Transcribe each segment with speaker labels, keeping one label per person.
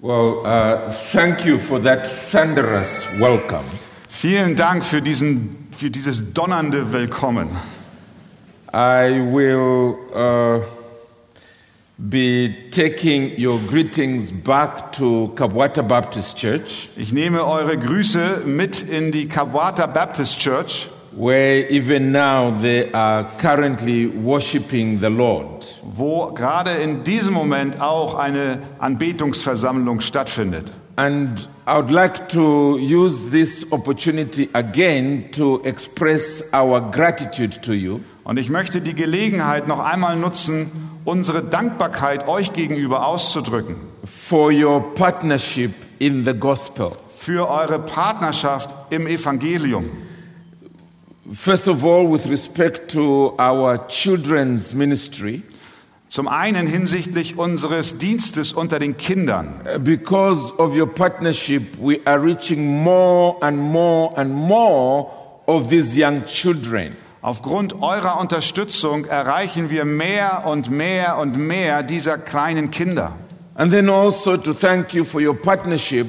Speaker 1: Well, uh, thank you for that thunderous welcome.
Speaker 2: Vielen Dank für, diesen, für dieses donnernde Willkommen.
Speaker 1: I will uh, be taking your greetings back to Kabwata Baptist Church,
Speaker 2: Ich nehme eure Grüße mit in die Kawata Baptist Church,
Speaker 1: where even now they are currently worshiping the Lord.
Speaker 2: wo gerade in diesem Moment auch eine Anbetungsversammlung stattfindet.
Speaker 1: And I would like to use this opportunity again to express our gratitude to you
Speaker 2: Und ich möchte die Gelegenheit noch einmal nutzen, unsere Dankbarkeit euch gegenüber auszudrücken
Speaker 1: for your partnership in the gospel.
Speaker 2: für eure Partnerschaft im Evangelium.
Speaker 1: First of all, with respect to our children's ministry,
Speaker 2: Zum einen hinsichtlich unseres Dienstes unter den Kindern.
Speaker 1: uh, because of your partnership, we are reaching more and more and more of these young children.
Speaker 2: Aufgrund eurer Unterstützung erreichen wir mehr und mehr und mehr dieser kleinen Kinder.
Speaker 1: And then also to thank you for your partnership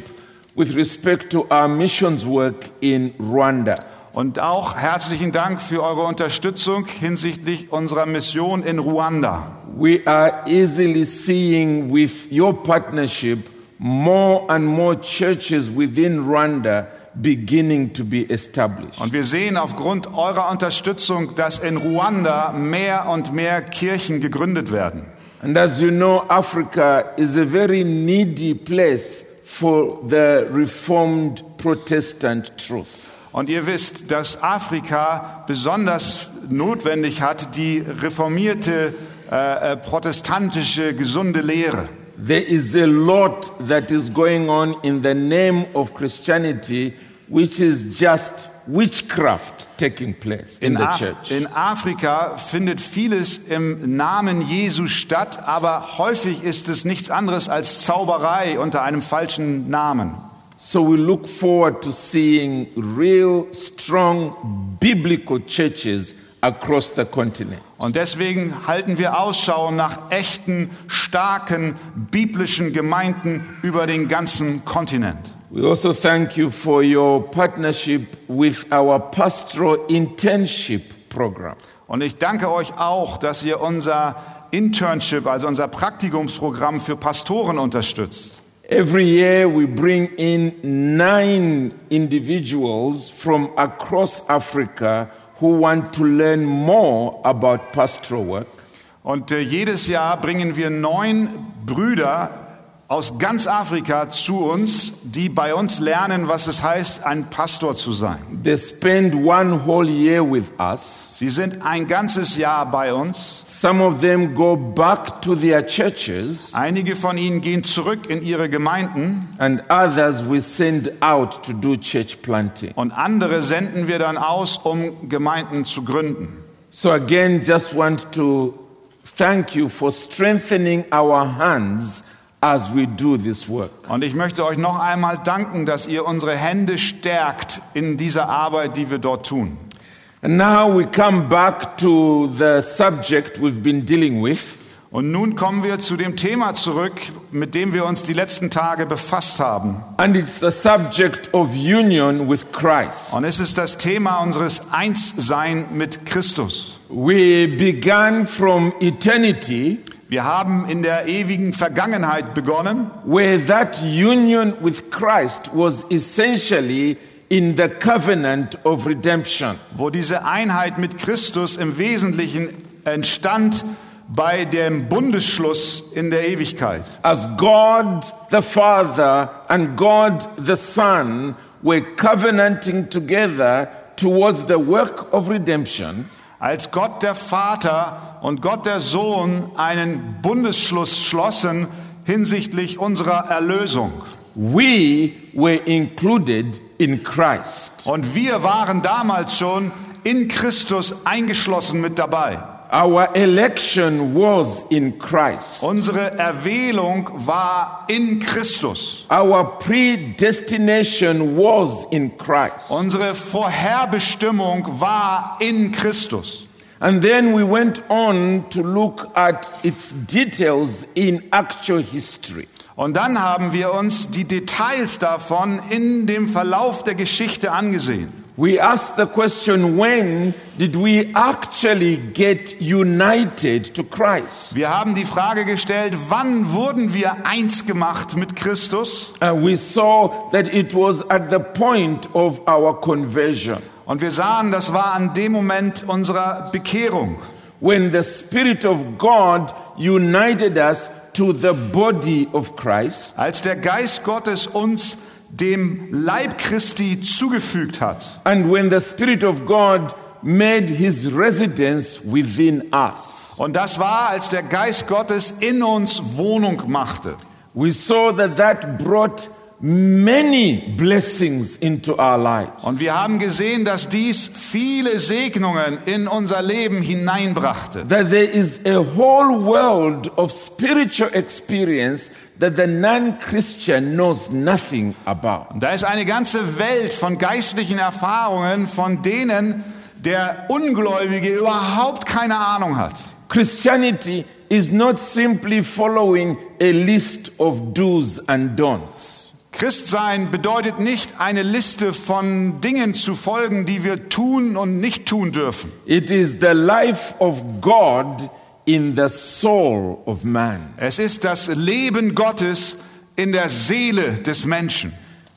Speaker 1: with respect to our missions work in Rwanda.
Speaker 2: Und auch herzlichen Dank für eure Unterstützung hinsichtlich unserer Mission in Ruanda.
Speaker 1: We are easily seeing with your partnership more and more churches within Rwanda beginning to be established.
Speaker 2: Und wir sehen aufgrund eurer Unterstützung, dass in Ruanda mehr und mehr Kirchen gegründet werden.
Speaker 1: And as you know, Africa is a very needy place for the Reformed Protestant truth.
Speaker 2: Und ihr wisst, dass Afrika besonders notwendig hat die reformierte äh, äh, protestantische gesunde Lehre.
Speaker 1: There is a lot that is going on in the name of Christianity, which is just witchcraft taking place in,
Speaker 2: In,
Speaker 1: the
Speaker 2: Af
Speaker 1: church.
Speaker 2: in Afrika findet vieles im Namen Jesu statt, aber häufig ist es nichts anderes als Zauberei unter einem falschen Namen.
Speaker 1: So we look forward to seeing real, strong, biblical churches across the continent.
Speaker 2: Und deswegen halten wir Ausschau nach echten, starken, biblischen Gemeinden über den ganzen Kontinent.
Speaker 1: We also thank you for your partnership with our pastoral internship program.
Speaker 2: Und ich danke euch auch, dass ihr unser Internship, also unser Praktikumsprogramm für Pastoren unterstützt.
Speaker 1: Every year, we bring in nine individuals from across Africa who want to learn more about pastoral work.
Speaker 2: Und äh, jedes Jahr bringen wir neun Brüder aus ganz Afrika zu uns, die bei uns lernen, was es heißt, ein Pastor zu sein.
Speaker 1: They spend one whole year with us.
Speaker 2: Sie sind ein ganzes Jahr bei uns.
Speaker 1: Some of them go back to their churches,
Speaker 2: Einige von ihnen gehen zurück in ihre Gemeinden
Speaker 1: and others we send out to do church planting.
Speaker 2: und andere senden wir dann aus, um Gemeinden zu gründen.
Speaker 1: So, again, just want to thank you for strengthening our hands as we do this work.
Speaker 2: Und ich möchte euch noch einmal danken, dass ihr unsere Hände stärkt in dieser Arbeit, die wir dort tun.
Speaker 1: And now we come back to the subject we've been dealing with,
Speaker 2: Und nun kommen wir zu dem Thema zurück, mit dem wir uns die letzten Tage befasst haben.
Speaker 1: and it's the subject of union with Christ.
Speaker 2: Und es ist das Thema unseres Einssein mit Christus.
Speaker 1: We began from eternity,
Speaker 2: Wir haben in der ewigen Vergangenheit begonnen,
Speaker 1: where that union with Christ was essentially in the covenant of redemption.
Speaker 2: wo diese Einheit mit Christus im Wesentlichen entstand bei dem Bundesschluss in der Ewigkeit.
Speaker 1: As God the Father and God the Son were covenanting together towards the work of redemption,
Speaker 2: Als Gott der Vater und Gott der Sohn einen Bundesschluss schlossen hinsichtlich unserer Erlösung.
Speaker 1: we were included in Christ.
Speaker 2: Und wir waren damals schon in Christus eingeschlossen mit dabei.
Speaker 1: Our election was in Christ.
Speaker 2: Unsere Erwählung war in Christus.
Speaker 1: Our predestination was in Christ.
Speaker 2: Unsere Vorherbestimmung war in Christus.
Speaker 1: And then we went on to look at its details in actual history.
Speaker 2: Und dann haben wir uns die Details davon in dem Verlauf der Geschichte angesehen.
Speaker 1: We asked the question when did we actually get united to Christ?
Speaker 2: Wir haben die Frage gestellt, wann wurden wir eins gemacht mit Christus?
Speaker 1: And Uh, we saw that it was at the point of our conversion
Speaker 2: Und wir sahen, das war an dem Moment unserer Bekehrung,
Speaker 1: when the Spirit of God united us to the body of Christ
Speaker 2: als der Geist Gottes uns dem Leib Christi zugefügt hat
Speaker 1: and when the Spirit of God made his residence within us.
Speaker 2: Und das war, als der Geist Gottes in uns Wohnung machte.
Speaker 1: We saw that that brought many blessings into our lives.
Speaker 2: Und wir haben gesehen, dass dies viele Segnungen in unser Leben hineinbrachte.
Speaker 1: that there is a whole world of spiritual experience that the non Christian knows nothing about.
Speaker 2: Da ist eine ganze Welt von geistlichen Erfahrungen, von denen der Ungläubige überhaupt keine Ahnung hat.
Speaker 1: Christianity is not simply following a list of do's and don'ts.
Speaker 2: Christsein bedeutet nicht, eine Liste von Dingen zu folgen, die wir tun und nicht tun dürfen.
Speaker 1: It is the life of God in the soul of man.
Speaker 2: Es ist das Leben Gottes in der Seele des Menschen.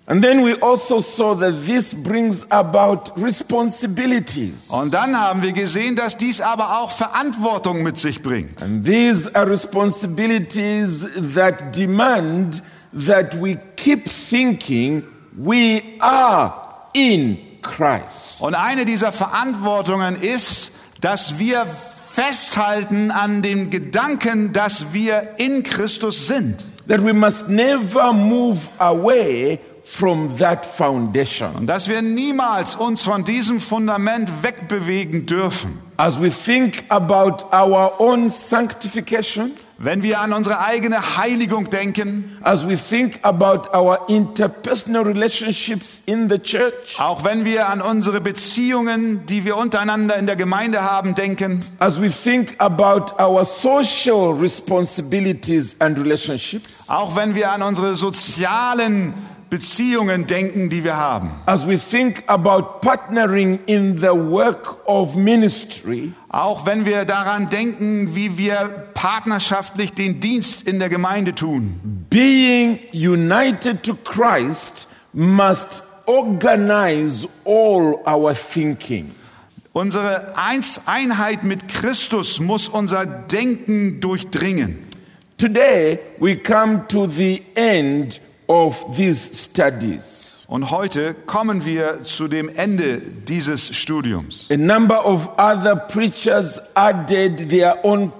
Speaker 1: And then we also saw that this brings about responsibilities.
Speaker 2: Und dann haben wir gesehen, dass dies aber auch Verantwortung mit sich bringt.
Speaker 1: And these are responsibilities that demand that we keep thinking we are in Christ.
Speaker 2: Und eine dieser Verantwortungen ist, dass wir festhalten an dem Gedanken, dass wir in Christus sind.
Speaker 1: That we must never move away from that foundation.
Speaker 2: Und dass wir niemals uns von diesem Fundament wegbewegen dürfen.
Speaker 1: As we think about our own sanctification,
Speaker 2: Wenn wir an unsere eigene Heiligung denken,
Speaker 1: as we think about our interpersonal relationships in the church,
Speaker 2: auch wenn wir an unsere Beziehungen, die wir untereinander in der Gemeinde haben, denken,
Speaker 1: as we think about our social responsibilities and relationships,
Speaker 2: auch wenn wir an unsere sozialen Beziehungen denken, die wir haben,
Speaker 1: As we think about partnering in the work of ministry,
Speaker 2: Auch wenn wir daran denken, wie wir partnerschaftlich den Dienst in der Gemeinde tun.
Speaker 1: being united to Christ must organize all our thinking.
Speaker 2: Unsere Eins Einheit mit Christus muss unser Denken durchdringen.
Speaker 1: Today, we come to the end of these studies.
Speaker 2: Und heute kommen wir zu dem Ende dieses Studiums.
Speaker 1: A number of other preachers added their own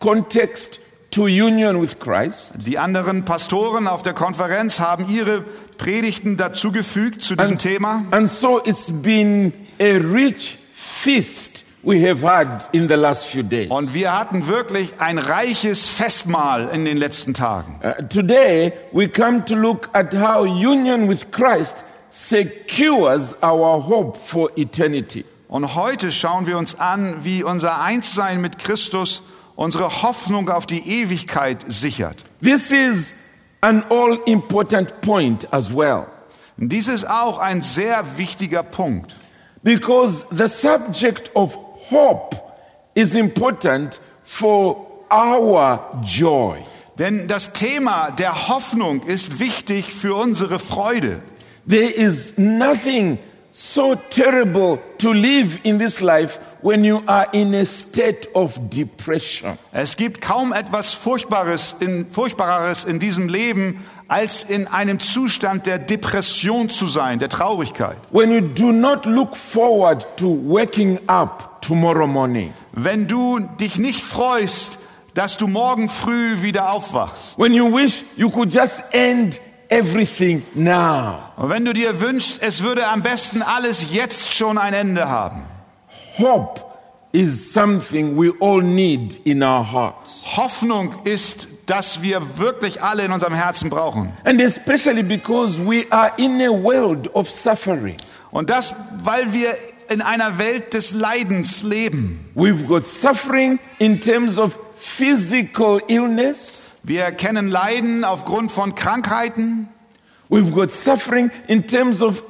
Speaker 1: context to union with Christ.
Speaker 2: Die anderen Pastoren auf der Konferenz haben ihre Predigten dazugefügt zu diesem Thema.
Speaker 1: And so it's been a rich feast we have had in the last few days.
Speaker 2: Und wir hatten wirklich ein reiches Festmahl in den letzten Tagen.
Speaker 1: Uh, today, we come to look at how union with Christ secures our hope for eternity.
Speaker 2: Und heute schauen wir uns an, wie unser Einssein mit Christus unsere Hoffnung auf die Ewigkeit sichert.
Speaker 1: This is an all important point as well,
Speaker 2: Und dies ist auch ein sehr wichtiger Punkt,
Speaker 1: because the subject of hope is important for our joy.
Speaker 2: denn das Thema der Hoffnung ist wichtig für unsere Freude.
Speaker 1: There is nothing so terrible to live in this life when you are in a state of depression.
Speaker 2: Es gibt kaum etwas Furchtbares in, Furchtbareres in diesem Leben, als in einem Zustand der Depression zu sein, der Traurigkeit.
Speaker 1: When you do not look forward to waking up tomorrow morning,
Speaker 2: Wenn du dich nicht freust, dass du morgen früh wieder aufwachst.
Speaker 1: when you wish you could just end everything now,
Speaker 2: Und wenn du dir wünschst, es würde am besten alles jetzt schon ein Ende haben.
Speaker 1: hope is something we all need in our hearts.
Speaker 2: Hoffnung ist, dass wir wirklich alle in unserem Herzen brauchen.
Speaker 1: And especially because we are in a world of suffering.
Speaker 2: Und das, weil wir in einer Welt des Leidens leben.
Speaker 1: We've got suffering in terms of physical illness,
Speaker 2: Wir erkennen Leiden aufgrund von Krankheiten.
Speaker 1: We've got suffering in terms of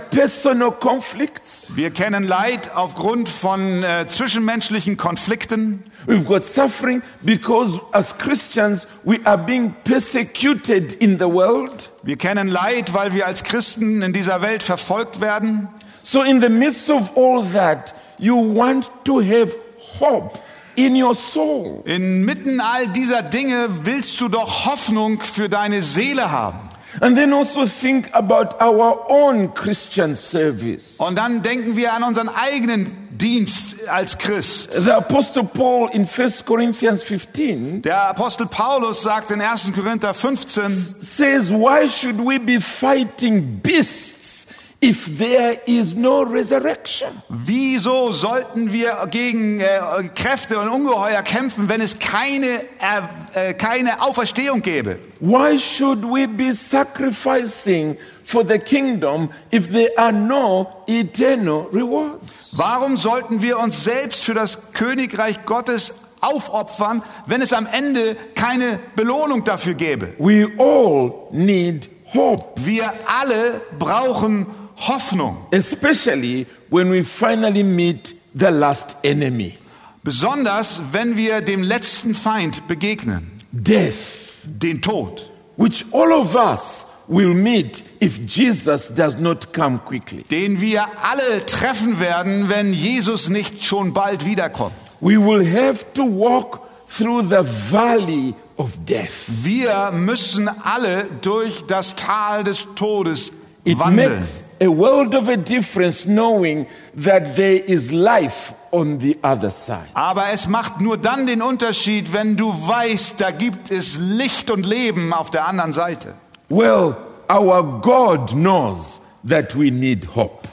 Speaker 1: interpersonal conflicts.
Speaker 2: Wir kennen Leid aufgrund von äh, zwischenmenschlichen Konflikten.
Speaker 1: We've got suffering because as Christians we are being persecuted in the world.
Speaker 2: Wir kennen Leid, weil wir als Christen in dieser Welt verfolgt werden.
Speaker 1: So in the midst of all that, you want to have hope in your soul.
Speaker 2: Inmitten all dieser Dinge willst du doch Hoffnung für deine Seele haben.
Speaker 1: And then also think about our own Christian service.
Speaker 2: Und dann denken wir an unseren eigenen Dienst als Christ.
Speaker 1: The Apostle Paul in 1 Corinthians 15
Speaker 2: Der Apostel Paulus sagt in 1. Korinther 15,
Speaker 1: says, Why should we be fighting beasts if there is no resurrection?
Speaker 2: wieso sollten wir gegen äh, Kräfte und Ungeheuer kämpfen, wenn es keine, Er- äh, keine Auferstehung gäbe?
Speaker 1: Why should we be sacrificing for the kingdom if there are no eternal rewards?
Speaker 2: Warum sollten wir uns selbst für das Königreich Gottes aufopfern, wenn es am Ende keine Belohnung dafür gäbe?
Speaker 1: We all need hope,
Speaker 2: Wir alle brauchen Hoffnung.
Speaker 1: especially when we finally meet the last enemy
Speaker 2: Besonders wenn wir dem letzten Feind begegnen,
Speaker 1: death.
Speaker 2: den Tod,
Speaker 1: which all of us will meet if Jesus does not come quickly.
Speaker 2: den wir alle treffen werden, wenn Jesus nicht schon bald wiederkommt.
Speaker 1: We will have to walk through the valley of death.
Speaker 2: Wir müssen alle durch das Tal des Todes
Speaker 1: It
Speaker 2: wandeln.
Speaker 1: makes a world of a difference knowing that there is life on the other side.
Speaker 2: Aber es macht nur dann den Unterschied, wenn du weißt, da gibt es Licht und Leben auf der anderen Seite.
Speaker 1: Well, our God knows that we need hope,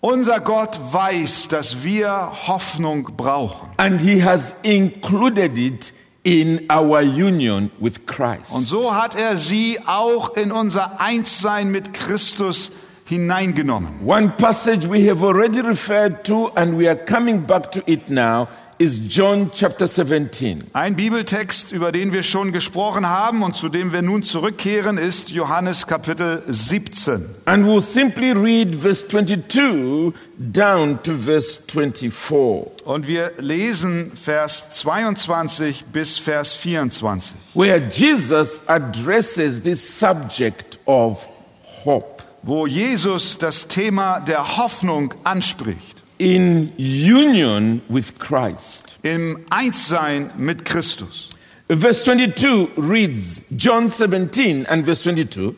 Speaker 2: Unser Gott weiß, dass wir Hoffnung brauchen.
Speaker 1: and He has included it in our union with
Speaker 2: Und
Speaker 1: Christ.
Speaker 2: so hat er sie auch in unser Einssein mit Christus hineingenommen.
Speaker 1: One passage we have already referred to and we are coming back to it now is John chapter 17.
Speaker 2: Ein Bibeltext, über den wir schon gesprochen haben und zu dem wir nun zurückkehren, ist Johannes Kapitel 17.
Speaker 1: And we'll simply read verse 22 down to verse 24,
Speaker 2: Und wir lesen Vers 22 bis Vers 24.
Speaker 1: where Jesus addresses this subject of hope
Speaker 2: wo Jesus das Thema der Hoffnung anspricht,
Speaker 1: in union with Christ.
Speaker 2: im Einssein mit Christus.
Speaker 1: Verse 22 reads John 17 and verse 22.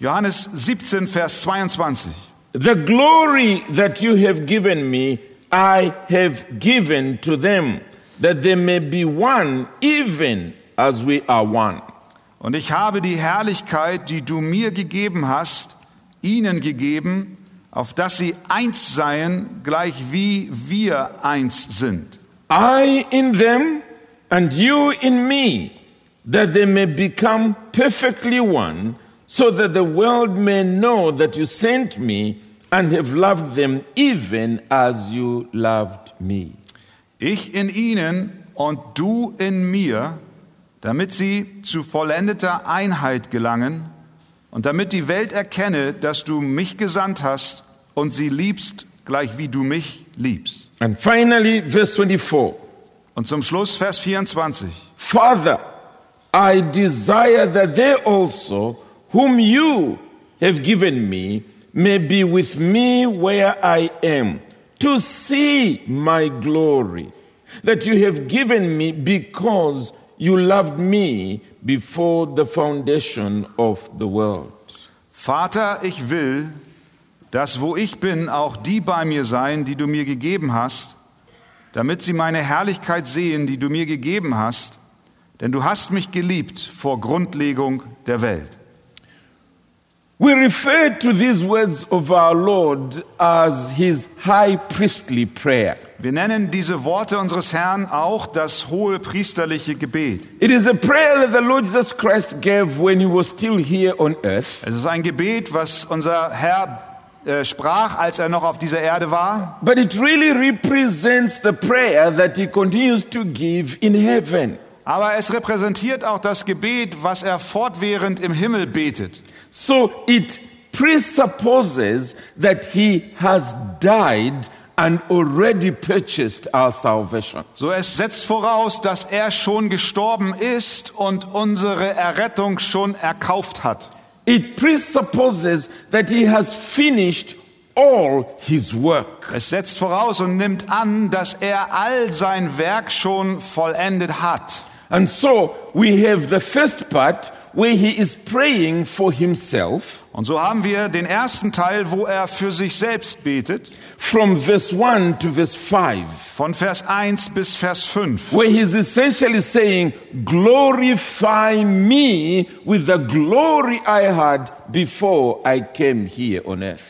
Speaker 2: Johannes 17, Vers 22.
Speaker 1: The glory that you have given me, I have given to them, that they may be one, even as we are one.
Speaker 2: Und ich habe die Herrlichkeit, die du mir gegeben hast, ihnen gegeben, auf dass sie eins seien, gleich wie wir eins sind.
Speaker 1: I in them, and you in me, that they may become perfectly one, so that the world may know that you sent me and have loved them even as you loved me.
Speaker 2: Ich in ihnen und du in mir, damit sie zu vollendeter Einheit gelangen und damit die Welt erkenne, dass du mich gesandt hast und sie liebst, gleich wie du mich liebst.
Speaker 1: And finally, verse 24.
Speaker 2: Und zum Schluss Vers 24.
Speaker 1: Father, I desire that they also, whom you have given me, may be with me where I am, to see my glory that you have given me because you loved me before the foundation of the world.
Speaker 2: Vater, ich will, dass wo ich bin, auch die bei mir seien, die du mir gegeben hast, damit sie meine Herrlichkeit sehen, die du mir gegeben hast, denn du hast mich geliebt vor Grundlegung der Welt.
Speaker 1: We refer to these words of our Lord as his high priestly prayer.
Speaker 2: Wir nennen diese Worte unseres Herrn auch das hohe priesterliche Gebet.
Speaker 1: It is a prayer that the Lord Jesus Christ gave when he was still here on earth,
Speaker 2: Es ist ein Gebet, was unser Herr äh, sprach, als er noch auf dieser Erde war.
Speaker 1: but it really represents the prayer that he continues to give in heaven.
Speaker 2: Aber es repräsentiert auch das Gebet, was er fortwährend im Himmel betet.
Speaker 1: So it presupposes that he has died and already purchased our salvation.
Speaker 2: So es setzt voraus, dass er schon gestorben ist und unsere Errettung schon erkauft hat.
Speaker 1: It presupposes that he has finished all his work.
Speaker 2: Es setzt voraus und nimmt an, dass er all sein Werk schon vollendet hat.
Speaker 1: And so we have the first part where he is praying for himself
Speaker 2: Und so haben wir den ersten Teil, wo er für sich selbst betet,
Speaker 1: from verse 1 to verse 5,
Speaker 2: von Vers 1 bis Vers 5.
Speaker 1: where he's essentially saying, Glorify me with the glory I had before I came here on earth.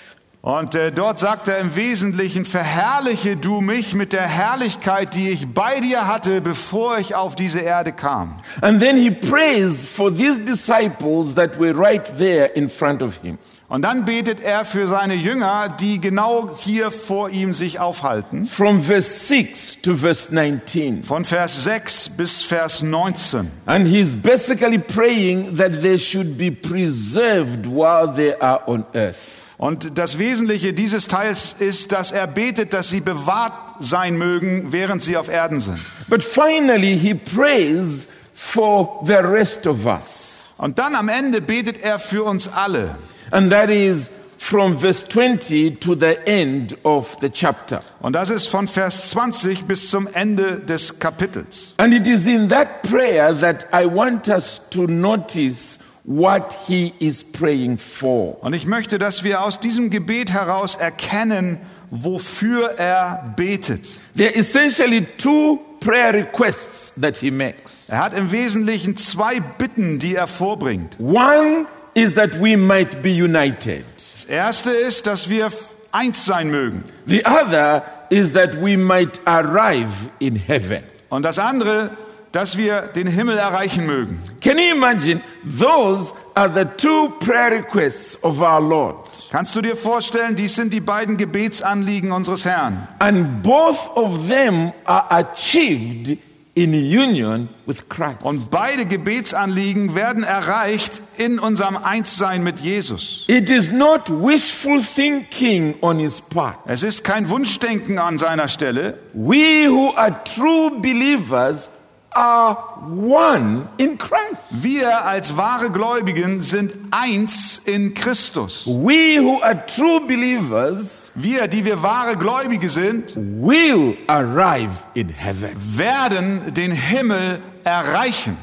Speaker 2: Und äh, dort sagt er im Wesentlichen, verherrliche du mich mit der Herrlichkeit, die ich bei dir hatte, bevor ich auf diese Erde kam.
Speaker 1: And then he prays for these disciples that were right there in front of him.
Speaker 2: Und dann betet er für seine Jünger, die genau hier vor ihm sich aufhalten.
Speaker 1: From verse 6 to verse 19.
Speaker 2: Von Vers 6 bis Vers 19.
Speaker 1: And he's basically praying that they should be preserved while they are on earth.
Speaker 2: Und das Wesentliche dieses Teils ist, dass er betet, dass sie bewahrt sein mögen, während sie auf Erden sind.
Speaker 1: But finally, he prays for the rest of us.
Speaker 2: Und dann am Ende betet er für uns alle.
Speaker 1: And that is from verse 20 to the end of the chapter.
Speaker 2: Und das ist von Vers 20 bis zum Ende des Kapitels.
Speaker 1: And it is in that prayer that I want us to notice what he is praying for.
Speaker 2: Und ich möchte, dass wir aus diesem Gebet heraus erkennen, wofür er betet.
Speaker 1: There are essentially two prayer requests that he makes.
Speaker 2: Er hat im Wesentlichen zwei Bitten, die er vorbringt.
Speaker 1: One is that we might be united.
Speaker 2: Das erste ist, dass wir eins sein mögen.
Speaker 1: The other is that we might arrive in heaven.
Speaker 2: Und das andere, dass wir den Himmel erreichen mögen.
Speaker 1: Can you imagine? Those are the two prayer requests of our Lord.
Speaker 2: Kannst du dir vorstellen, dies sind die beiden Gebetsanliegen unseres Herrn.
Speaker 1: And both of them are achieved in union with Christ.
Speaker 2: Und beide Gebetsanliegen werden erreicht in unserem Einssein mit Jesus.
Speaker 1: It is not wishful thinking on his part.
Speaker 2: Es ist kein Wunschdenken an seiner Stelle.
Speaker 1: We who are true believers are one in Christ.
Speaker 2: Wir als wahre Gläubigen sind eins in Christus.
Speaker 1: We who are true believers
Speaker 2: Wir, die wir wahre Gläubige sind,
Speaker 1: will arrive in heaven.
Speaker 2: werden den Himmel erreichen.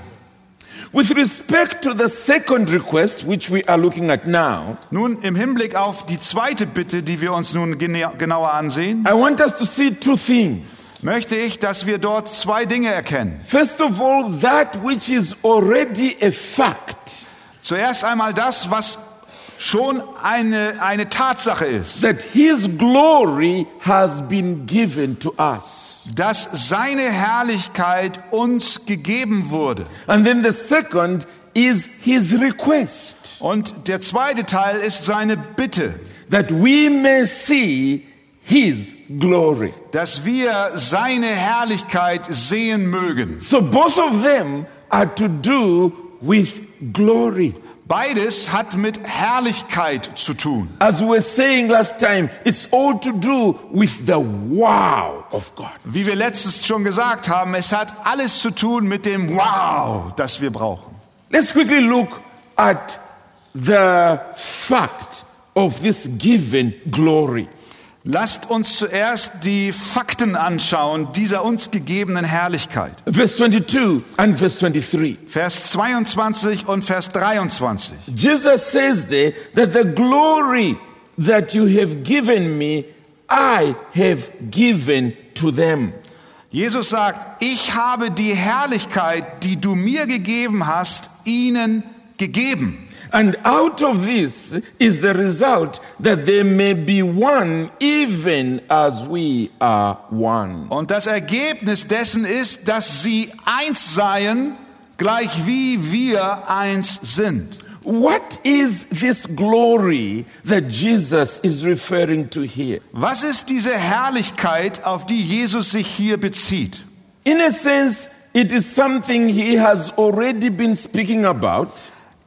Speaker 1: With respect to the second request, which we are looking at now,
Speaker 2: Nun, im Hinblick auf die zweite Bitte, die wir uns nun gena- genauer ansehen,
Speaker 1: I want us to see two things.
Speaker 2: möchte ich, dass wir dort zwei Dinge erkennen.
Speaker 1: First of all, that which is already a fact,
Speaker 2: Zuerst einmal das, was schon eine, eine Tatsache ist,
Speaker 1: that His glory has been given to us.
Speaker 2: dass seine Herrlichkeit uns gegeben wurde.
Speaker 1: And then the second is His request,
Speaker 2: Und der zweite Teil ist seine Bitte,
Speaker 1: that we may see His glory.
Speaker 2: dass wir seine Herrlichkeit sehen mögen.
Speaker 1: So both of them are to do with glory.
Speaker 2: Beides hat mit Herrlichkeit zu tun.
Speaker 1: As we were saying last time, it's all to do with the wow of God.
Speaker 2: Wie wir letztens schon gesagt haben, es hat alles zu tun mit dem Wow, das wir brauchen.
Speaker 1: Let's quickly look at the fact of this given glory.
Speaker 2: Lasst uns zuerst die Fakten anschauen dieser uns gegebenen Herrlichkeit.
Speaker 1: Verse 22 and verse 23.
Speaker 2: Vers 22 und Vers 23.
Speaker 1: Jesus says there that the glory that you have given me, I have given to them.
Speaker 2: Jesus sagt, ich habe die Herrlichkeit, die du mir gegeben hast, ihnen gegeben.
Speaker 1: And out of this is the result that they may be one, even as we are one.
Speaker 2: Und das Ergebnis dessen ist, dass sie eins seien, gleich wie wir eins sind.
Speaker 1: What is this glory that Jesus is referring to here?
Speaker 2: Was ist diese Herrlichkeit, auf die Jesus sich hier bezieht?
Speaker 1: In a sense, it is something he has already been speaking about.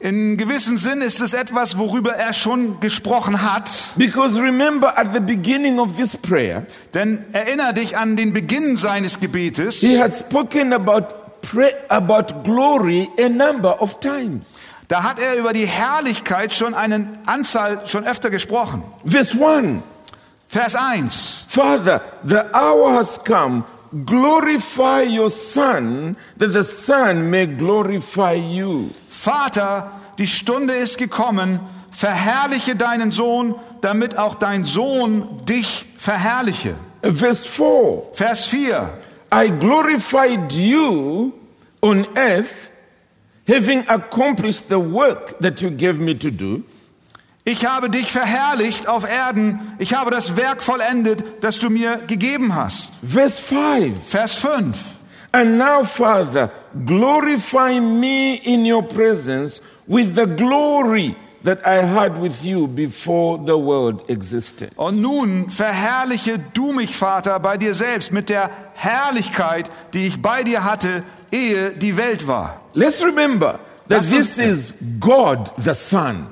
Speaker 2: In gewissem Sinn ist es etwas, worüber er schon gesprochen hat.
Speaker 1: Because remember, at the beginning of this prayer,
Speaker 2: Denn erinnere dich an den Beginn seines Gebetes.
Speaker 1: he had spoken about, pray, about glory a number of times.
Speaker 2: Da hat er über die Herrlichkeit schon eine Anzahl schon öfter gesprochen.
Speaker 1: Verse 1
Speaker 2: Vers 1.
Speaker 1: Father, the hour has come. Glorify your Son, that the Son may glorify you.
Speaker 2: Vater, die Stunde ist gekommen. Verherrliche deinen Sohn, damit auch dein Sohn dich verherrliche.
Speaker 1: Verse 4
Speaker 2: Vers 4.
Speaker 1: I glorified you on earth, having accomplished the work that you gave me to do.
Speaker 2: Ich habe dich verherrlicht auf Erden. Ich habe das Werk vollendet, das du mir gegeben hast.
Speaker 1: Verse 5
Speaker 2: Vers 5.
Speaker 1: And now, Father, glorify me in your presence with the glory that I had with you before the world existed.
Speaker 2: Und nun verherrliche du mich, Vater, bei dir selbst mit der Herrlichkeit, die ich bei dir hatte, ehe die Welt war.
Speaker 1: Let's remember that
Speaker 2: That's what-
Speaker 1: this is God the Son.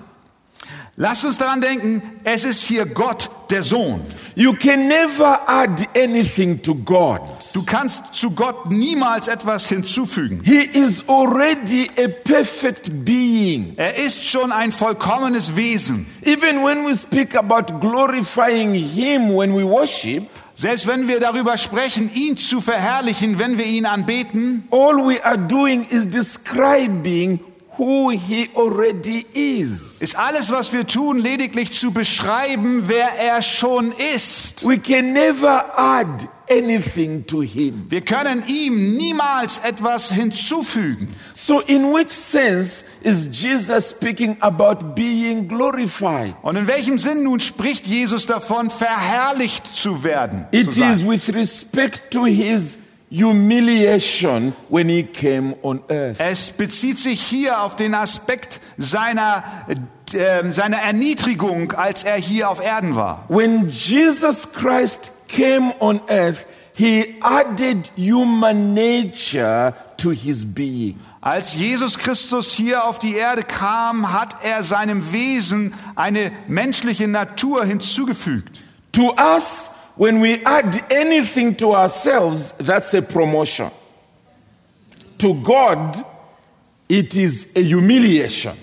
Speaker 2: Lasst uns daran denken, es ist hier Gott, der Sohn.
Speaker 1: You can never add anything to God.
Speaker 2: Du kannst zu Gott niemals etwas hinzufügen.
Speaker 1: He is already a perfect being.
Speaker 2: Er ist schon ein vollkommenes Wesen.
Speaker 1: Even when we speak about glorifying Him when we worship,
Speaker 2: Selbst wenn wir darüber sprechen, ihn zu verherrlichen, wenn wir ihn anbeten,
Speaker 1: all we are doing is describing who He already is.
Speaker 2: ist alles, was wir tun, lediglich zu beschreiben, wer er schon ist.
Speaker 1: We can never add anything to Him.
Speaker 2: Wir können ihm niemals etwas hinzufügen.
Speaker 1: So, in which sense is Jesus speaking about being glorified?
Speaker 2: Und in welchem Sinn nun spricht Jesus davon, verherrlicht zu werden? Zu
Speaker 1: It
Speaker 2: sein?
Speaker 1: is with respect to His humiliation when He came on earth.
Speaker 2: Es bezieht sich hier auf den Aspekt seiner, äh, seiner Erniedrigung, als er hier auf Erden war.
Speaker 1: When Jesus Christ came on earth, he added human nature to his being.
Speaker 2: Als Jesus Christus hier auf die Erde kam, hat er seinem Wesen eine menschliche Natur hinzugefügt.
Speaker 1: To us, when we add anything to ourselves, that's a promotion. To God, it is a humiliation.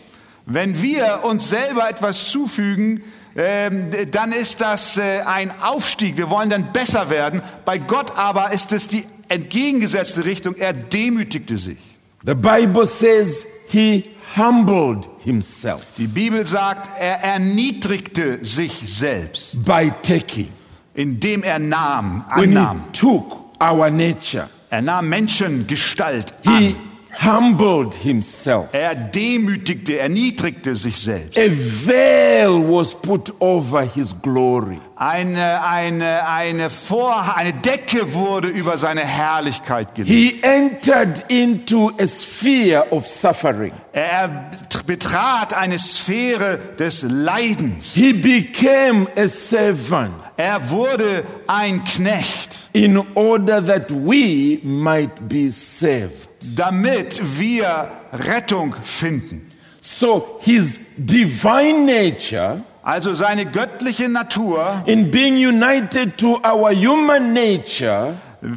Speaker 2: Wenn wir uns selber etwas zufügen, ähm, d- dann ist das äh, ein Aufstieg. Wir wollen dann besser werden. Bei Gott aber ist es die entgegengesetzte Richtung. Er demütigte sich.
Speaker 1: The Bible says he humbled himself
Speaker 2: Die Bibel sagt, er erniedrigte sich selbst,
Speaker 1: by taking.
Speaker 2: indem er nahm,
Speaker 1: When
Speaker 2: annahm.
Speaker 1: he took our nature,
Speaker 2: Er nahm Menschengestalt
Speaker 1: he
Speaker 2: an.
Speaker 1: humbled himself.
Speaker 2: Er demütigte, erniedrigte sich selbst.
Speaker 1: A veil was put over his glory.
Speaker 2: Eine, eine, eine, Vor eine Decke wurde über seine Herrlichkeit gelegt.
Speaker 1: He entered into a sphere of suffering.
Speaker 2: Er betrat eine Sphäre des Leidens.
Speaker 1: He became a servant
Speaker 2: Er wurde ein Knecht,
Speaker 1: in order that we might be saved.
Speaker 2: damit wir Rettung finden.
Speaker 1: So his divine nature,
Speaker 2: Also seine göttliche Natur
Speaker 1: in being united to our human nature,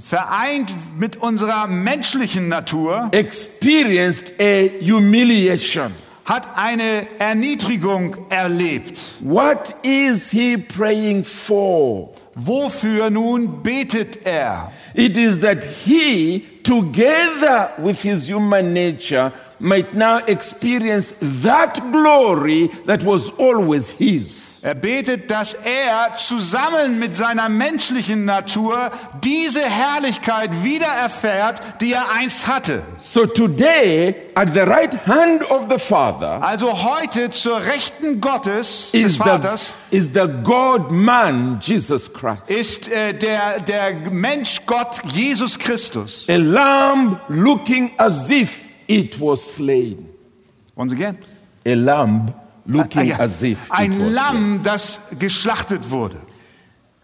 Speaker 2: vereint mit unserer menschlichen Natur,
Speaker 1: experienced a humiliation.
Speaker 2: hat eine Erniedrigung erlebt.
Speaker 1: What is he praying for?
Speaker 2: Wofür nun betet er?
Speaker 1: It is that he, together with his human nature, might now experience that glory that was always his.
Speaker 2: Er betet, dass er zusammen mit seiner menschlichen Natur diese Herrlichkeit wieder erfährt, die er einst hatte.
Speaker 1: So today, at the right hand of the Father,
Speaker 2: Also heute zur Rechten Gottes, des
Speaker 1: is
Speaker 2: Vaters,
Speaker 1: the, is the God man, Jesus Christ.
Speaker 2: ist äh, der, der Mensch Gott Jesus Christus.
Speaker 1: A lamb looking as if it was slain.
Speaker 2: Once again.
Speaker 1: A lamb looking
Speaker 2: Ah, ja.
Speaker 1: as if it
Speaker 2: Ein
Speaker 1: was slain.
Speaker 2: Lamm, das geschlachtet wurde.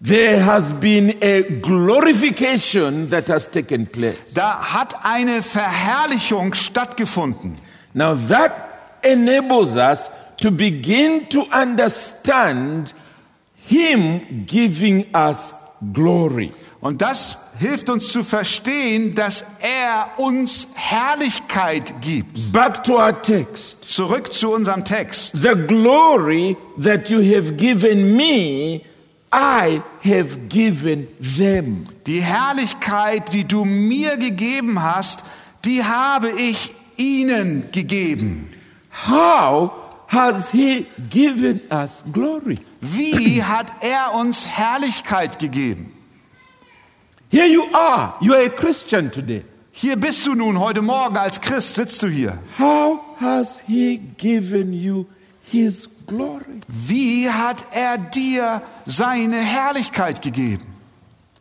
Speaker 1: There has been a glorification that has taken place.
Speaker 2: Da hat eine Verherrlichung stattgefunden.
Speaker 1: Now that enables us to begin to understand Him giving us glory.
Speaker 2: Und das hilft uns zu verstehen, dass er uns Herrlichkeit gibt.
Speaker 1: Back to our text.
Speaker 2: Zurück zu unserem Text.
Speaker 1: The glory that you have given me, I have given them.
Speaker 2: Die Herrlichkeit, die du mir gegeben hast, die habe ich ihnen gegeben.
Speaker 1: How has He given us glory?
Speaker 2: Wie hat er uns Herrlichkeit gegeben?
Speaker 1: Here you are. You are a Christian today.
Speaker 2: Hier bist du nun heute Morgen als Christ, sitzt du hier.
Speaker 1: How has He given you His glory?
Speaker 2: Wie hat er dir seine Herrlichkeit gegeben?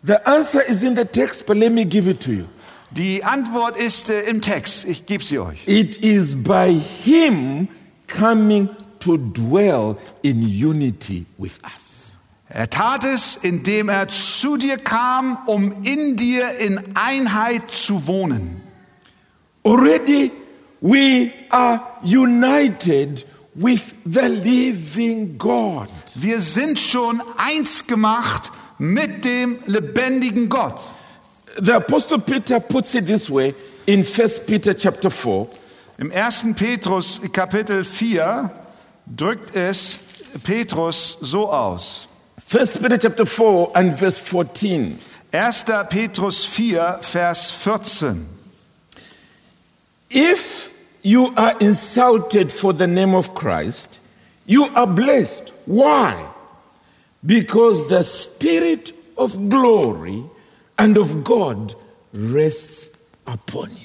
Speaker 1: The answer is in the text, but let me give it to you.
Speaker 2: Die Antwort ist äh, im Text. Ich gebe sie euch.
Speaker 1: It is by Him coming to dwell in unity with us.
Speaker 2: Er tat es, indem er zu dir kam, um in dir in Einheit zu wohnen.
Speaker 1: Already we are united with the living God.
Speaker 2: Wir sind schon eins gemacht mit dem lebendigen Gott.
Speaker 1: The apostle Peter puts it this way in 1 Peter chapter 4.
Speaker 2: Im 1. Petrus Kapitel 4 drückt es Petrus so aus.
Speaker 1: 1 Peter chapter 4 and verse 14.
Speaker 2: 1. Petrus 4, Vers 14.
Speaker 1: If you are insulted for the name of Christ, you are blessed. Why? Because the Spirit of glory and of God rests upon you.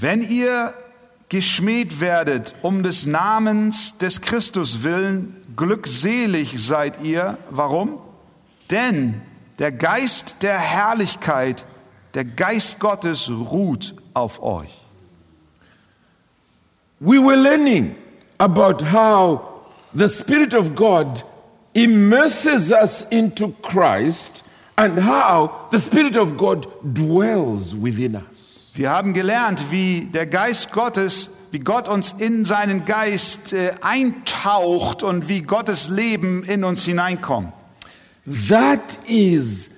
Speaker 2: Wenn ihr geschmäht werdet um des Namens des Christus willen, glückselig seid ihr. Warum? Denn der Geist der Herrlichkeit, der Geist Gottes ruht auf euch.
Speaker 1: We were learning about how the Spirit of God immerses us into Christ and how the Spirit of God dwells within us.
Speaker 2: Wir haben gelernt, wie der Geist Gottes, wie Gott uns in seinen Geist äh, eintaucht und wie Gottes Leben in uns hineinkommt.
Speaker 1: That is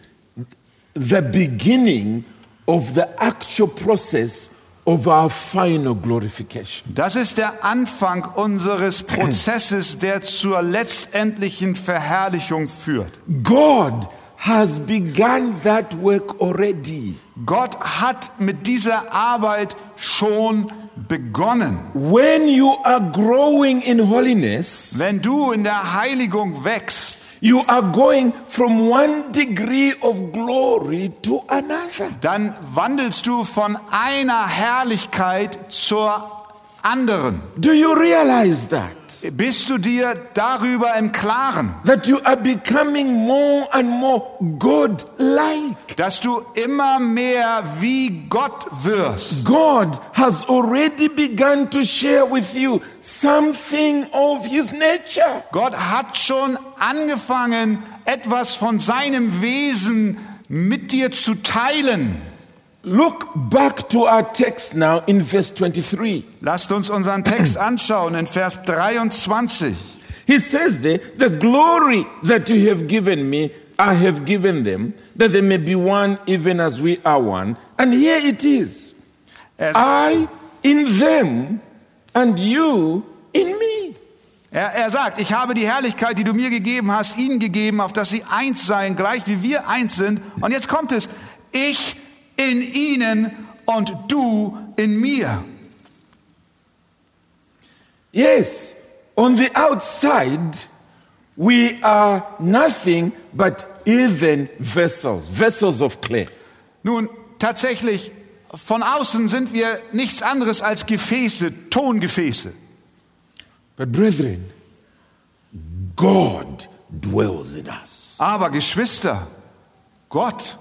Speaker 1: the beginning of the actual process of our final glorification.
Speaker 2: Das ist der Anfang unseres Prozesses, der zur letztendlichen Verherrlichung führt.
Speaker 1: God has begun that work already.
Speaker 2: Gott hat mit dieser Arbeit schon begonnen.
Speaker 1: When you are growing in holiness,
Speaker 2: Wenn du in der Heiligung wächst,
Speaker 1: you are going from one degree of glory to another.
Speaker 2: dann wandelst du von einer Herrlichkeit zur anderen.
Speaker 1: Do you realize that?
Speaker 2: Bist du dir darüber im Klaren?
Speaker 1: That you are becoming more and more God like.
Speaker 2: dass du immer mehr wie Gott wirst.
Speaker 1: God has already begun to share with you something of His nature.
Speaker 2: Gott hat schon angefangen, etwas von seinem Wesen mit dir zu teilen.
Speaker 1: Look back to our text now in verse 23.
Speaker 2: Lasst uns unseren Text anschauen in Vers 23.
Speaker 1: He says there, the glory that you have given me, I have given them, that they may be one even as we are one. And here it is
Speaker 2: As-
Speaker 1: I in them, and you in me.
Speaker 2: Er, er sagt, ich habe die Herrlichkeit, die du mir gegeben hast, ihnen gegeben, auf dass sie eins seien, gleich wie wir eins sind. Und jetzt kommt es, ich in ihnen und du in mir.
Speaker 1: Yes, on the outside, we are nothing but earthen vessels, vessels of clay.
Speaker 2: Nun, tatsächlich, von außen sind wir nichts anderes als Gefäße, Tongefäße.
Speaker 1: But brethren, God dwells in us.
Speaker 2: Aber Geschwister, Gott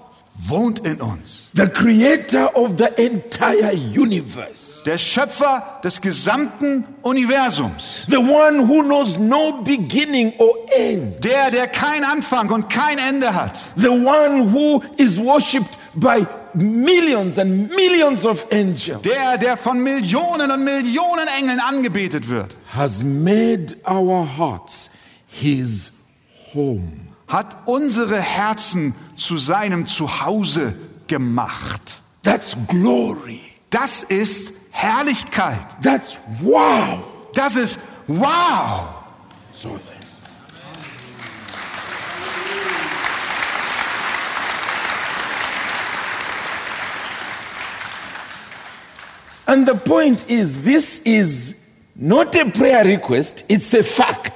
Speaker 2: wohnt in uns.
Speaker 1: the creator of the entire universe,
Speaker 2: Der Schöpfer des gesamten Universums.
Speaker 1: the one who knows no beginning or end,
Speaker 2: Der, der keinen Anfang und kein Ende hat.
Speaker 1: the one who is worshipped by millions and millions of angels,
Speaker 2: Der, der von Millionen und Millionen Engeln angebetet wird.
Speaker 1: has made our hearts his home.
Speaker 2: Hat unsere Herzen zu seinem Zuhause gemacht.
Speaker 1: That's glory.
Speaker 2: Das ist Herrlichkeit.
Speaker 1: That's wow.
Speaker 2: Das ist wow.
Speaker 1: So then, And the point is, this is not a prayer request, it's a fact.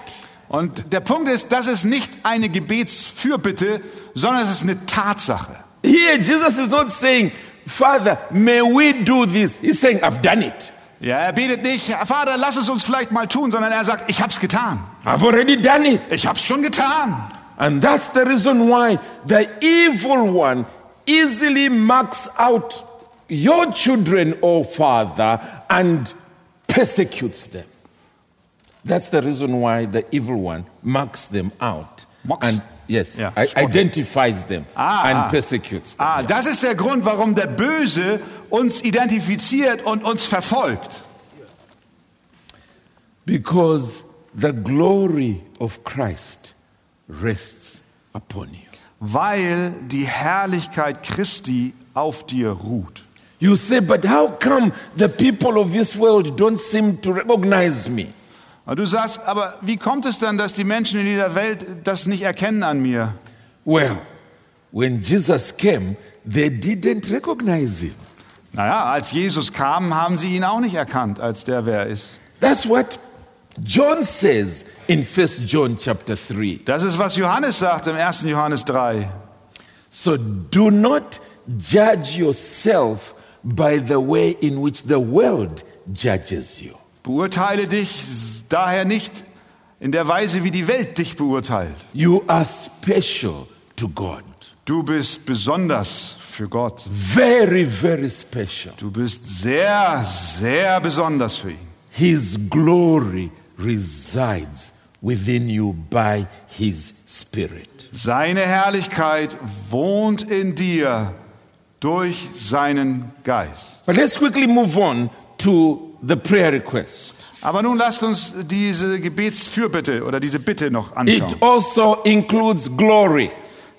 Speaker 2: Und der Punkt ist, das ist nicht eine Gebetsfürbitte, sondern es ist eine Tatsache.
Speaker 1: Here, Jesus is not saying, Father, may we do this. He's saying, I've done it.
Speaker 2: Ja, er betet nicht, Vater, lass es uns vielleicht mal tun, sondern er sagt, ich hab's getan.
Speaker 1: I've already done it.
Speaker 2: Ich hab's schon getan.
Speaker 1: And that's the reason why the evil one easily marks out your children, O Father, and persecutes them. That's the reason why the evil one marks them out.
Speaker 2: Marks?
Speaker 1: And yes,
Speaker 2: Yeah,
Speaker 1: i-
Speaker 2: spotted.
Speaker 1: identifies them
Speaker 2: Ah,
Speaker 1: and
Speaker 2: ah.
Speaker 1: persecutes them.
Speaker 2: Ah, das ist der Grund, warum der Böse uns identifiziert und uns verfolgt.
Speaker 1: Because the glory of Christ rests upon you.
Speaker 2: Weil die Herrlichkeit Christi auf dir ruht.
Speaker 1: You say, but how come the people of this world don't seem to recognize me?
Speaker 2: Und du sagst, aber wie kommt es dann, dass die Menschen in dieser Welt das nicht erkennen an mir?
Speaker 1: Well, when Jesus came, they didn't recognize him.
Speaker 2: Naja, als Jesus kam, haben sie ihn auch nicht erkannt, als der wer er ist.
Speaker 1: That's what John says in 1 John chapter 3.
Speaker 2: Das ist, was Johannes sagt im 1. Johannes 3.
Speaker 1: So do not judge yourself by the way in which the world judges you.
Speaker 2: Beurteile dich daher nicht in der Weise, wie die Welt dich beurteilt.
Speaker 1: You are special to God.
Speaker 2: Du bist besonders für Gott.
Speaker 1: Very, very special.
Speaker 2: Du bist sehr, sehr besonders für ihn.
Speaker 1: His glory resides within you by his spirit.
Speaker 2: Seine Herrlichkeit wohnt in dir durch seinen Geist.
Speaker 1: But let's quickly move on to the prayer request.
Speaker 2: Aber nun lasst uns diese Gebetsfürbitte oder diese Bitte noch anschauen.
Speaker 1: It also includes glory.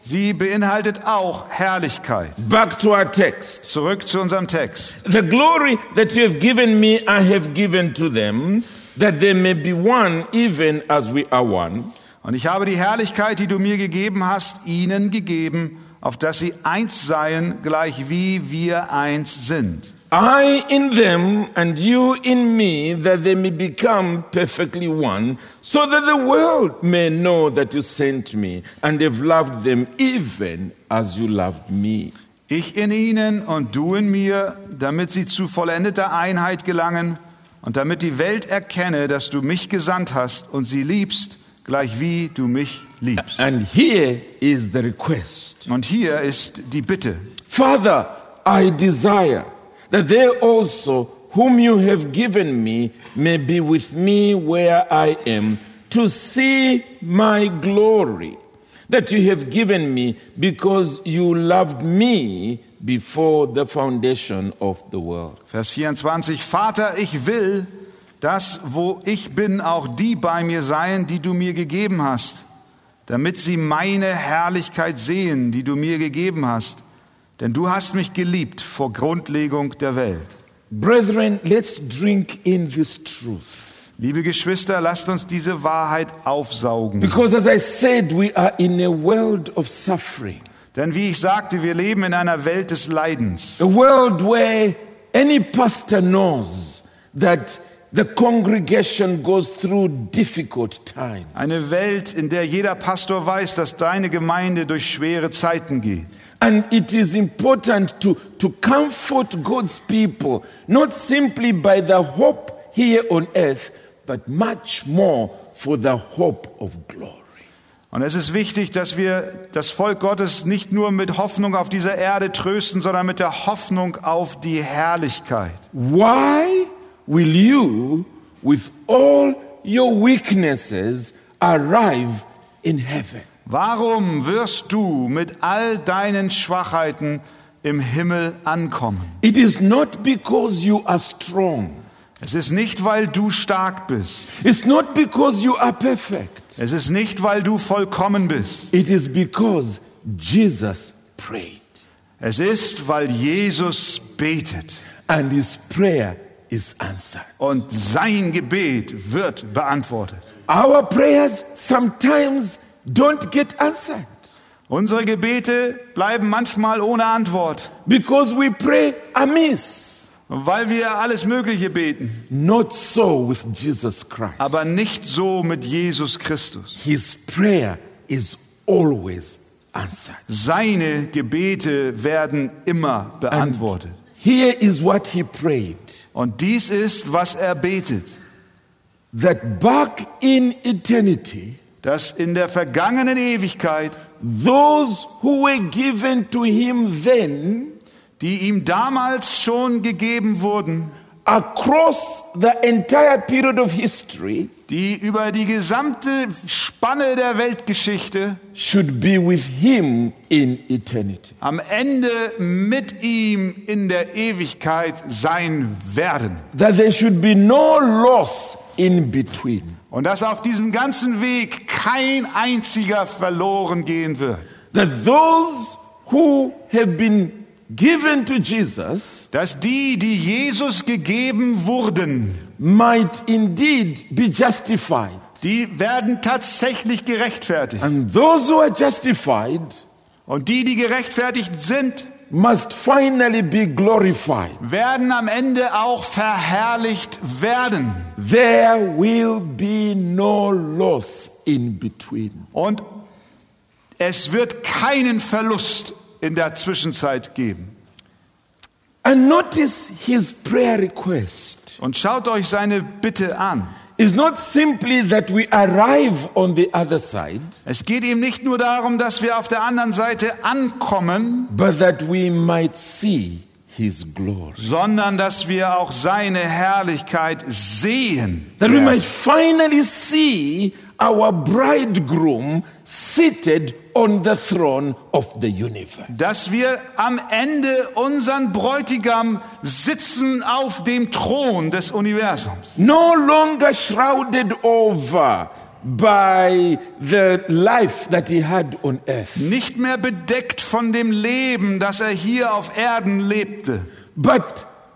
Speaker 2: Sie beinhaltet auch Herrlichkeit.
Speaker 1: Back to our text.
Speaker 2: Zurück zu unserem Text.
Speaker 1: The glory that you have given me, I have given to them, that they may be one, even as we are one.
Speaker 2: Und ich habe die Herrlichkeit, die du mir gegeben hast, ihnen gegeben, auf dass sie eins seien, gleich wie wir eins sind.
Speaker 1: I in them, and you in me, that they may become perfectly one, so that the world may know that you sent me and have loved them even as you loved me.
Speaker 2: Ich in ihnen und du in mir, damit sie zu vollendeter Einheit gelangen und damit die Welt erkenne, dass du mich gesandt hast und sie liebst, gleich wie du mich liebst.
Speaker 1: And here is the request.
Speaker 2: Und hier ist die Bitte.
Speaker 1: Father, I desire that they also, whom you have given me, may be with me where I am, to see my glory that you have given me, because you loved me before the foundation of the world.
Speaker 2: Vers 24, Vater, ich will, dass, wo ich bin, auch die bei mir seien, die du mir gegeben hast, damit sie meine Herrlichkeit sehen, die du mir gegeben hast. Denn du hast mich geliebt vor Grundlegung der Welt.
Speaker 1: Brethren, let's drink in this truth.
Speaker 2: Liebe Geschwister, lasst uns diese Wahrheit aufsaugen.
Speaker 1: Because as I said, we are in a world of suffering,
Speaker 2: Denn wie ich sagte, wir leben in einer Welt des Leidens.
Speaker 1: a world where any pastor knows that the congregation goes through difficult times.
Speaker 2: Eine Welt, in der jeder Pastor weiß, dass deine Gemeinde durch schwere Zeiten geht.
Speaker 1: And it is important to, to comfort God's people, not simply by the hope here on earth, but much more for the hope of glory.
Speaker 2: Und es ist wichtig, dass wir das Volk Gottes nicht nur mit Hoffnung auf dieser Erde trösten, sondern mit der Hoffnung auf die Herrlichkeit.
Speaker 1: Why will you, with all your weaknesses, arrive in heaven?
Speaker 2: Warum wirst du mit all deinen Schwachheiten im Himmel ankommen?
Speaker 1: It is not because you are strong.
Speaker 2: Es ist nicht, weil du stark bist.
Speaker 1: It's not because you are perfect.
Speaker 2: Es ist nicht, weil du vollkommen bist.
Speaker 1: It is because Jesus prayed.
Speaker 2: Es ist, weil Jesus betet.
Speaker 1: And his prayer is answered.
Speaker 2: Und sein Gebet wird beantwortet.
Speaker 1: Our prayers sometimes don't get answered
Speaker 2: Unsere Gebete bleiben manchmal ohne Antwort,
Speaker 1: because we pray amiss.
Speaker 2: weil wir alles Mögliche beten,
Speaker 1: Not so with Jesus Christ.
Speaker 2: aber nicht so mit Jesus Christus.
Speaker 1: His prayer is always answered.
Speaker 2: Seine Gebete werden immer beantwortet.
Speaker 1: Here is what he prayed
Speaker 2: Und dies ist, was er betet,
Speaker 1: that back in eternity,
Speaker 2: dass in der vergangenen Ewigkeit,
Speaker 1: those who were given to him then
Speaker 2: die ihm damals schon gegeben wurden,
Speaker 1: across the entire period of history
Speaker 2: die über die gesamte Spanne der Weltgeschichte
Speaker 1: should be with him in eternity.
Speaker 2: am Ende mit ihm in der Ewigkeit sein werden.
Speaker 1: That there should be no loss in between.
Speaker 2: Und dass auf diesem ganzen Weg kein einziger verloren gehen wird.
Speaker 1: That those who have been given to Jesus
Speaker 2: Dass die, die Jesus gegeben wurden,
Speaker 1: might indeed be justified.
Speaker 2: die werden tatsächlich gerechtfertigt.
Speaker 1: And those who are justified
Speaker 2: Und die, die gerechtfertigt sind,
Speaker 1: must finally be glorified.
Speaker 2: werden am Ende auch verherrlicht werden.
Speaker 1: There will be no loss in between.
Speaker 2: Und es wird keinen Verlust in der Zwischenzeit geben.
Speaker 1: And notice his prayer request
Speaker 2: Und schaut euch seine Bitte an.
Speaker 1: is not simply that we arrive on the other side,
Speaker 2: Es geht ihm nicht nur darum, dass wir auf der anderen Seite ankommen,
Speaker 1: but that we might see his glory.
Speaker 2: sondern dass wir auch seine Herrlichkeit sehen.
Speaker 1: That we might finally see our bridegroom seated on the throne of the universe.
Speaker 2: Dass wir am Ende unseren Bräutigam sitzen auf dem Thron des Universums.
Speaker 1: no longer shrouded over by the life that he had on earth,
Speaker 2: Nicht mehr bedeckt von dem Leben, das er hier auf Erden lebte,
Speaker 1: but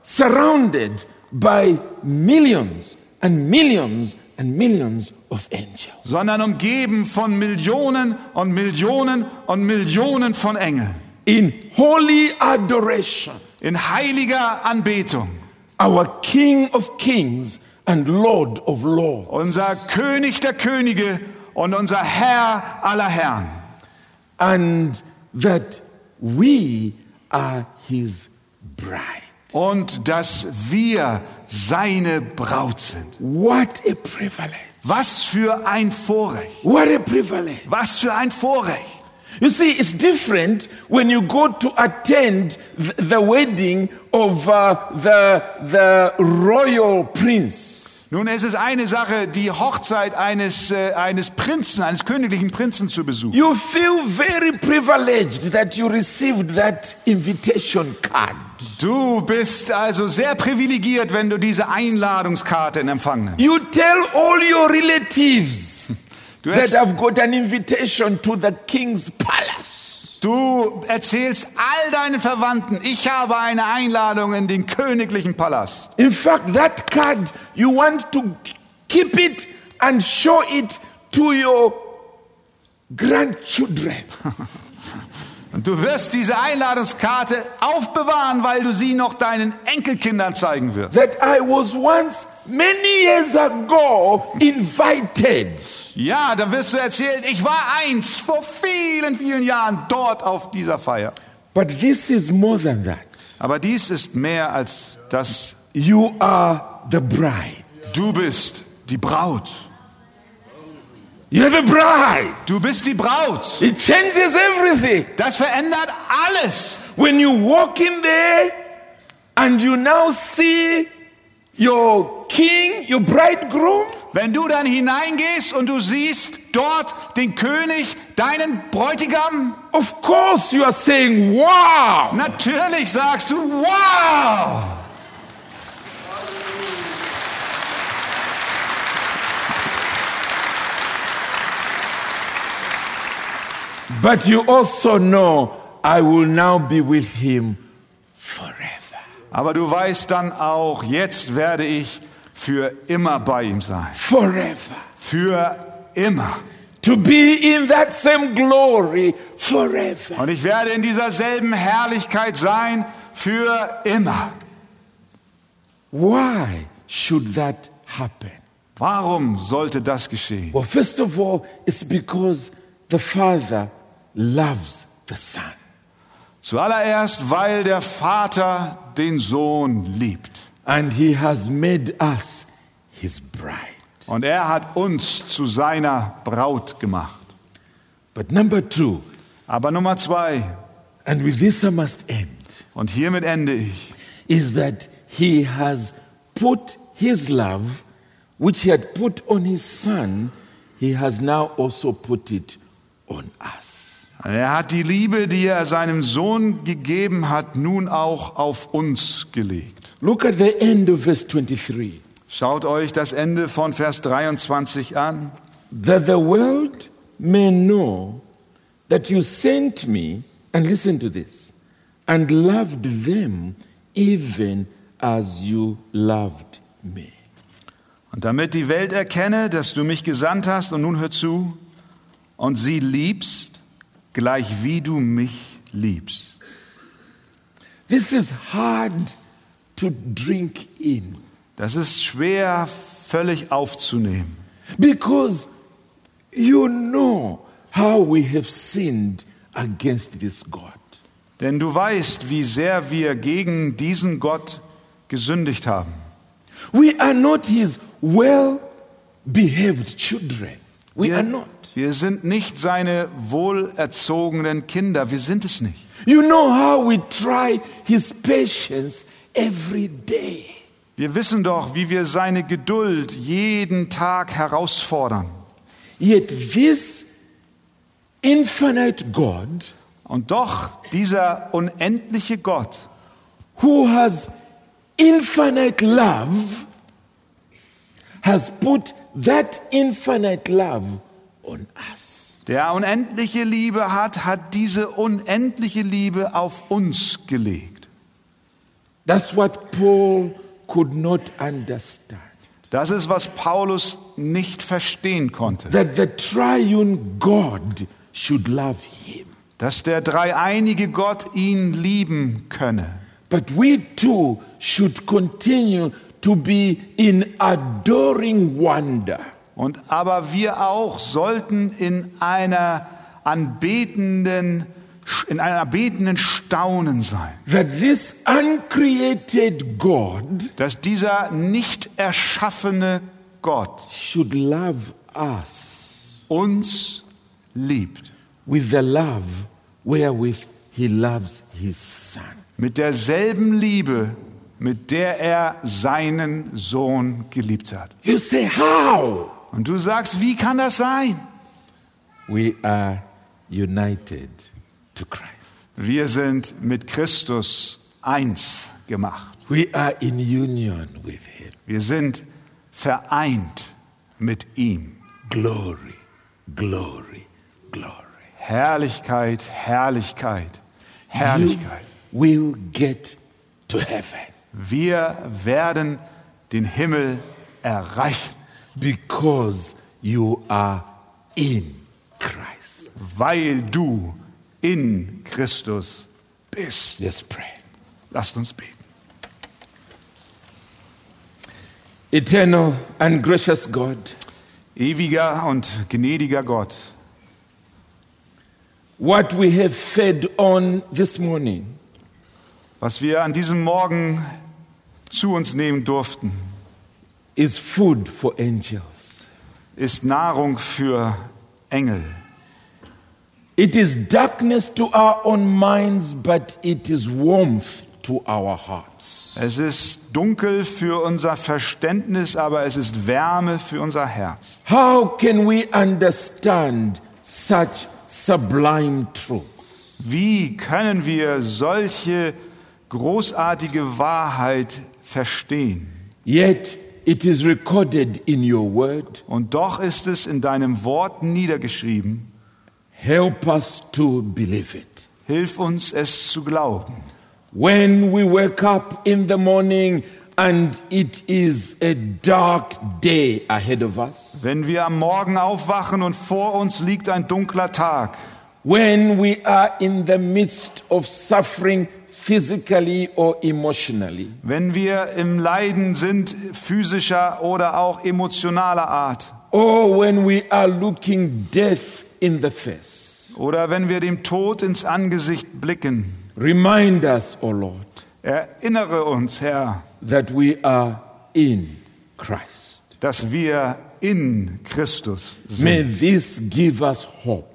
Speaker 1: surrounded by millions and millions and millions of angels.
Speaker 2: sondern umgeben von Millionen und Millionen und Millionen von Engeln.
Speaker 1: In holy adoration,
Speaker 2: In heiliger Anbetung.
Speaker 1: our King of kings and Lord of lords.
Speaker 2: unser König der Könige und unser Herr aller Herren.
Speaker 1: and that we are his bride.
Speaker 2: Und dass wir seine Braut sind.
Speaker 1: What a privilege!
Speaker 2: Was für ein Vorrecht.
Speaker 1: What a privilege!
Speaker 2: Was für ein Vorrecht.
Speaker 1: You see, it's different when you go to attend th- the wedding of uh, the, the royal prince.
Speaker 2: Nun, es ist eine Sache, die Hochzeit eines, äh, eines Prinzen, eines königlichen Prinzen zu besuchen.
Speaker 1: You feel very privileged that you received that invitation card.
Speaker 2: Du bist also sehr privilegiert, wenn du diese Einladungskarte in Empfang nimmst.
Speaker 1: You tell all your relatives
Speaker 2: Du,
Speaker 1: that
Speaker 2: erz-
Speaker 1: I've got an invitation to the king's palace.
Speaker 2: du erzählst all deinen Verwandten, ich habe eine Einladung in den königlichen Palast.
Speaker 1: In fact, that card, you want to keep it and show it to your grandchildren.
Speaker 2: Und du wirst diese Einladungskarte aufbewahren, weil du sie noch deinen Enkelkindern zeigen wirst.
Speaker 1: that I was once many years ago invited.
Speaker 2: Ja, dann wirst du erzählen, ich war einst vor vielen, vielen Jahren dort auf dieser Feier.
Speaker 1: But this is more than that.
Speaker 2: Aber dies ist mehr als das.
Speaker 1: You are the bride.
Speaker 2: Du bist die Braut.
Speaker 1: You have a bride.
Speaker 2: Du bist die Braut.
Speaker 1: It changes everything.
Speaker 2: Das verändert alles.
Speaker 1: When you walk in there and you now see your king, your bridegroom,
Speaker 2: Wenn du dann hineingehst und du siehst dort den König, deinen Bräutigam,
Speaker 1: of course you are saying, wow.
Speaker 2: natürlich sagst du, wow!
Speaker 1: But you also know, I will now be with him forever.
Speaker 2: Aber du weißt dann auch, jetzt werde ich für immer bei ihm sein.
Speaker 1: Forever.
Speaker 2: Für immer.
Speaker 1: To be in that same glory forever.
Speaker 2: Und ich werde in dieser selben Herrlichkeit sein für immer.
Speaker 1: Why should that happen?
Speaker 2: Warum sollte das geschehen?
Speaker 1: Well, first of all, it's because the Father loves the Son.
Speaker 2: Zuallererst, weil der Vater den Sohn liebt.
Speaker 1: And he has made us his bride.
Speaker 2: Und er hat uns zu seiner Braut gemacht.
Speaker 1: But number two,
Speaker 2: Aber Nummer zwei,
Speaker 1: and with this I must end,
Speaker 2: und hiermit ende ich,
Speaker 1: is that he has put his love, which he had put on his Son, he has now also put it on us.
Speaker 2: er hat die Liebe, die er seinem Sohn gegeben hat, nun auch auf uns gelegt.
Speaker 1: Look at the end of verse 23.
Speaker 2: Schaut euch das Ende von Vers 23 an.
Speaker 1: that the world may know that you sent me, and listen to this, and loved them even as you loved me.
Speaker 2: Und damit die Welt erkenne, dass du mich gesandt hast, und nun hör zu, und sie liebst, gleich wie du mich liebst.
Speaker 1: This is hard to drink in
Speaker 2: Das ist schwer völlig aufzunehmen,
Speaker 1: because you know how we have sinned against this God.
Speaker 2: denn du weißt, wie sehr wir gegen diesen Gott gesündigt haben.
Speaker 1: We are not his well behaved children. We are
Speaker 2: Wir,
Speaker 1: not.
Speaker 2: wir sind nicht seine wohlerzogenen Kinder, wir sind es nicht.
Speaker 1: You know how we try his patience every day.
Speaker 2: Wir wissen doch, wie wir seine Geduld jeden Tag herausfordern.
Speaker 1: Yet this infinite God
Speaker 2: Und doch dieser unendliche Gott,
Speaker 1: who has infinite love has put that infinite love on us.
Speaker 2: der unendliche Liebe hat, hat diese unendliche Liebe auf uns gelegt.
Speaker 1: That's what Paul could not understand.
Speaker 2: Das ist, was Paulus nicht verstehen konnte,
Speaker 1: That the triune God should love him.
Speaker 2: dass der dreieinige Gott ihn lieben könne.
Speaker 1: But we too should continue to be in adoring wonder
Speaker 2: Und aber wir auch sollten in einer anbetenden, in einem anbetenden Staunen sein,
Speaker 1: that this uncreated God
Speaker 2: dass dieser nicht erschaffene Gott
Speaker 1: should love us
Speaker 2: uns liebt.
Speaker 1: with the love wherewith he loves his son.
Speaker 2: mit derselben Liebe, mit der er seinen Sohn geliebt hat.
Speaker 1: You say, How?
Speaker 2: Und du sagst, wie kann das sein?
Speaker 1: We are united to Christ,
Speaker 2: Wir sind mit Christus eins gemacht.
Speaker 1: we are in union with him.
Speaker 2: Wir sind vereint mit ihm.
Speaker 1: Glory, glory, glory.
Speaker 2: Herrlichkeit, Herrlichkeit, Herrlichkeit.
Speaker 1: You will get to heaven
Speaker 2: Wir werden den Himmel erreichen,
Speaker 1: because you are in Christ.
Speaker 2: weil du in Christus bist.
Speaker 1: Let's pray.
Speaker 2: Lasst uns beten.
Speaker 1: Eternal and gracious God,
Speaker 2: Ewiger und gnädiger Gott,
Speaker 1: what we have fed on this morning
Speaker 2: was wir an diesem Morgen zu uns nehmen durften,
Speaker 1: is food for angels.
Speaker 2: ist Nahrung für Engel.
Speaker 1: It is darkness to our own minds, but it is warmth to our hearts.
Speaker 2: Es ist dunkel für unser Verständnis, aber es ist Wärme für unser Herz.
Speaker 1: How can we understand such sublime truths?
Speaker 2: Wie können wir solche großartige Wahrheit verstehen?
Speaker 1: Yet it is recorded in your word.
Speaker 2: Und doch ist es in deinem Wort niedergeschrieben.
Speaker 1: Help us to believe it.
Speaker 2: Hilf uns, es zu glauben.
Speaker 1: When we wake up in the morning and it is a dark day ahead of us,
Speaker 2: Wenn wir am Morgen aufwachen und vor uns liegt ein dunkler Tag,
Speaker 1: when we are in the midst of suffering physically or emotionally,
Speaker 2: wenn wir im Leiden sind, physischer oder auch emotionaler Art,
Speaker 1: or when we are looking death in the face,
Speaker 2: oder wenn wir dem Tod ins Angesicht blicken,
Speaker 1: remind us, O Lord,
Speaker 2: erinnere uns, Herr,
Speaker 1: that we are in Christ.
Speaker 2: dass wir in Christus sind.
Speaker 1: May this give us hope,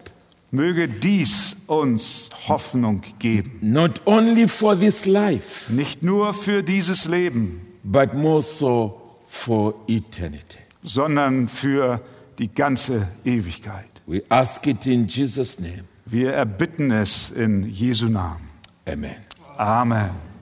Speaker 2: Möge dies uns Hoffnung geben,
Speaker 1: not only for this life,
Speaker 2: nicht nur für dieses Leben,
Speaker 1: but more so for eternity.
Speaker 2: sondern für die ganze Ewigkeit.
Speaker 1: We ask it in Jesus' name.
Speaker 2: Wir erbitten es in Jesu Namen.
Speaker 1: Amen.
Speaker 2: Amen.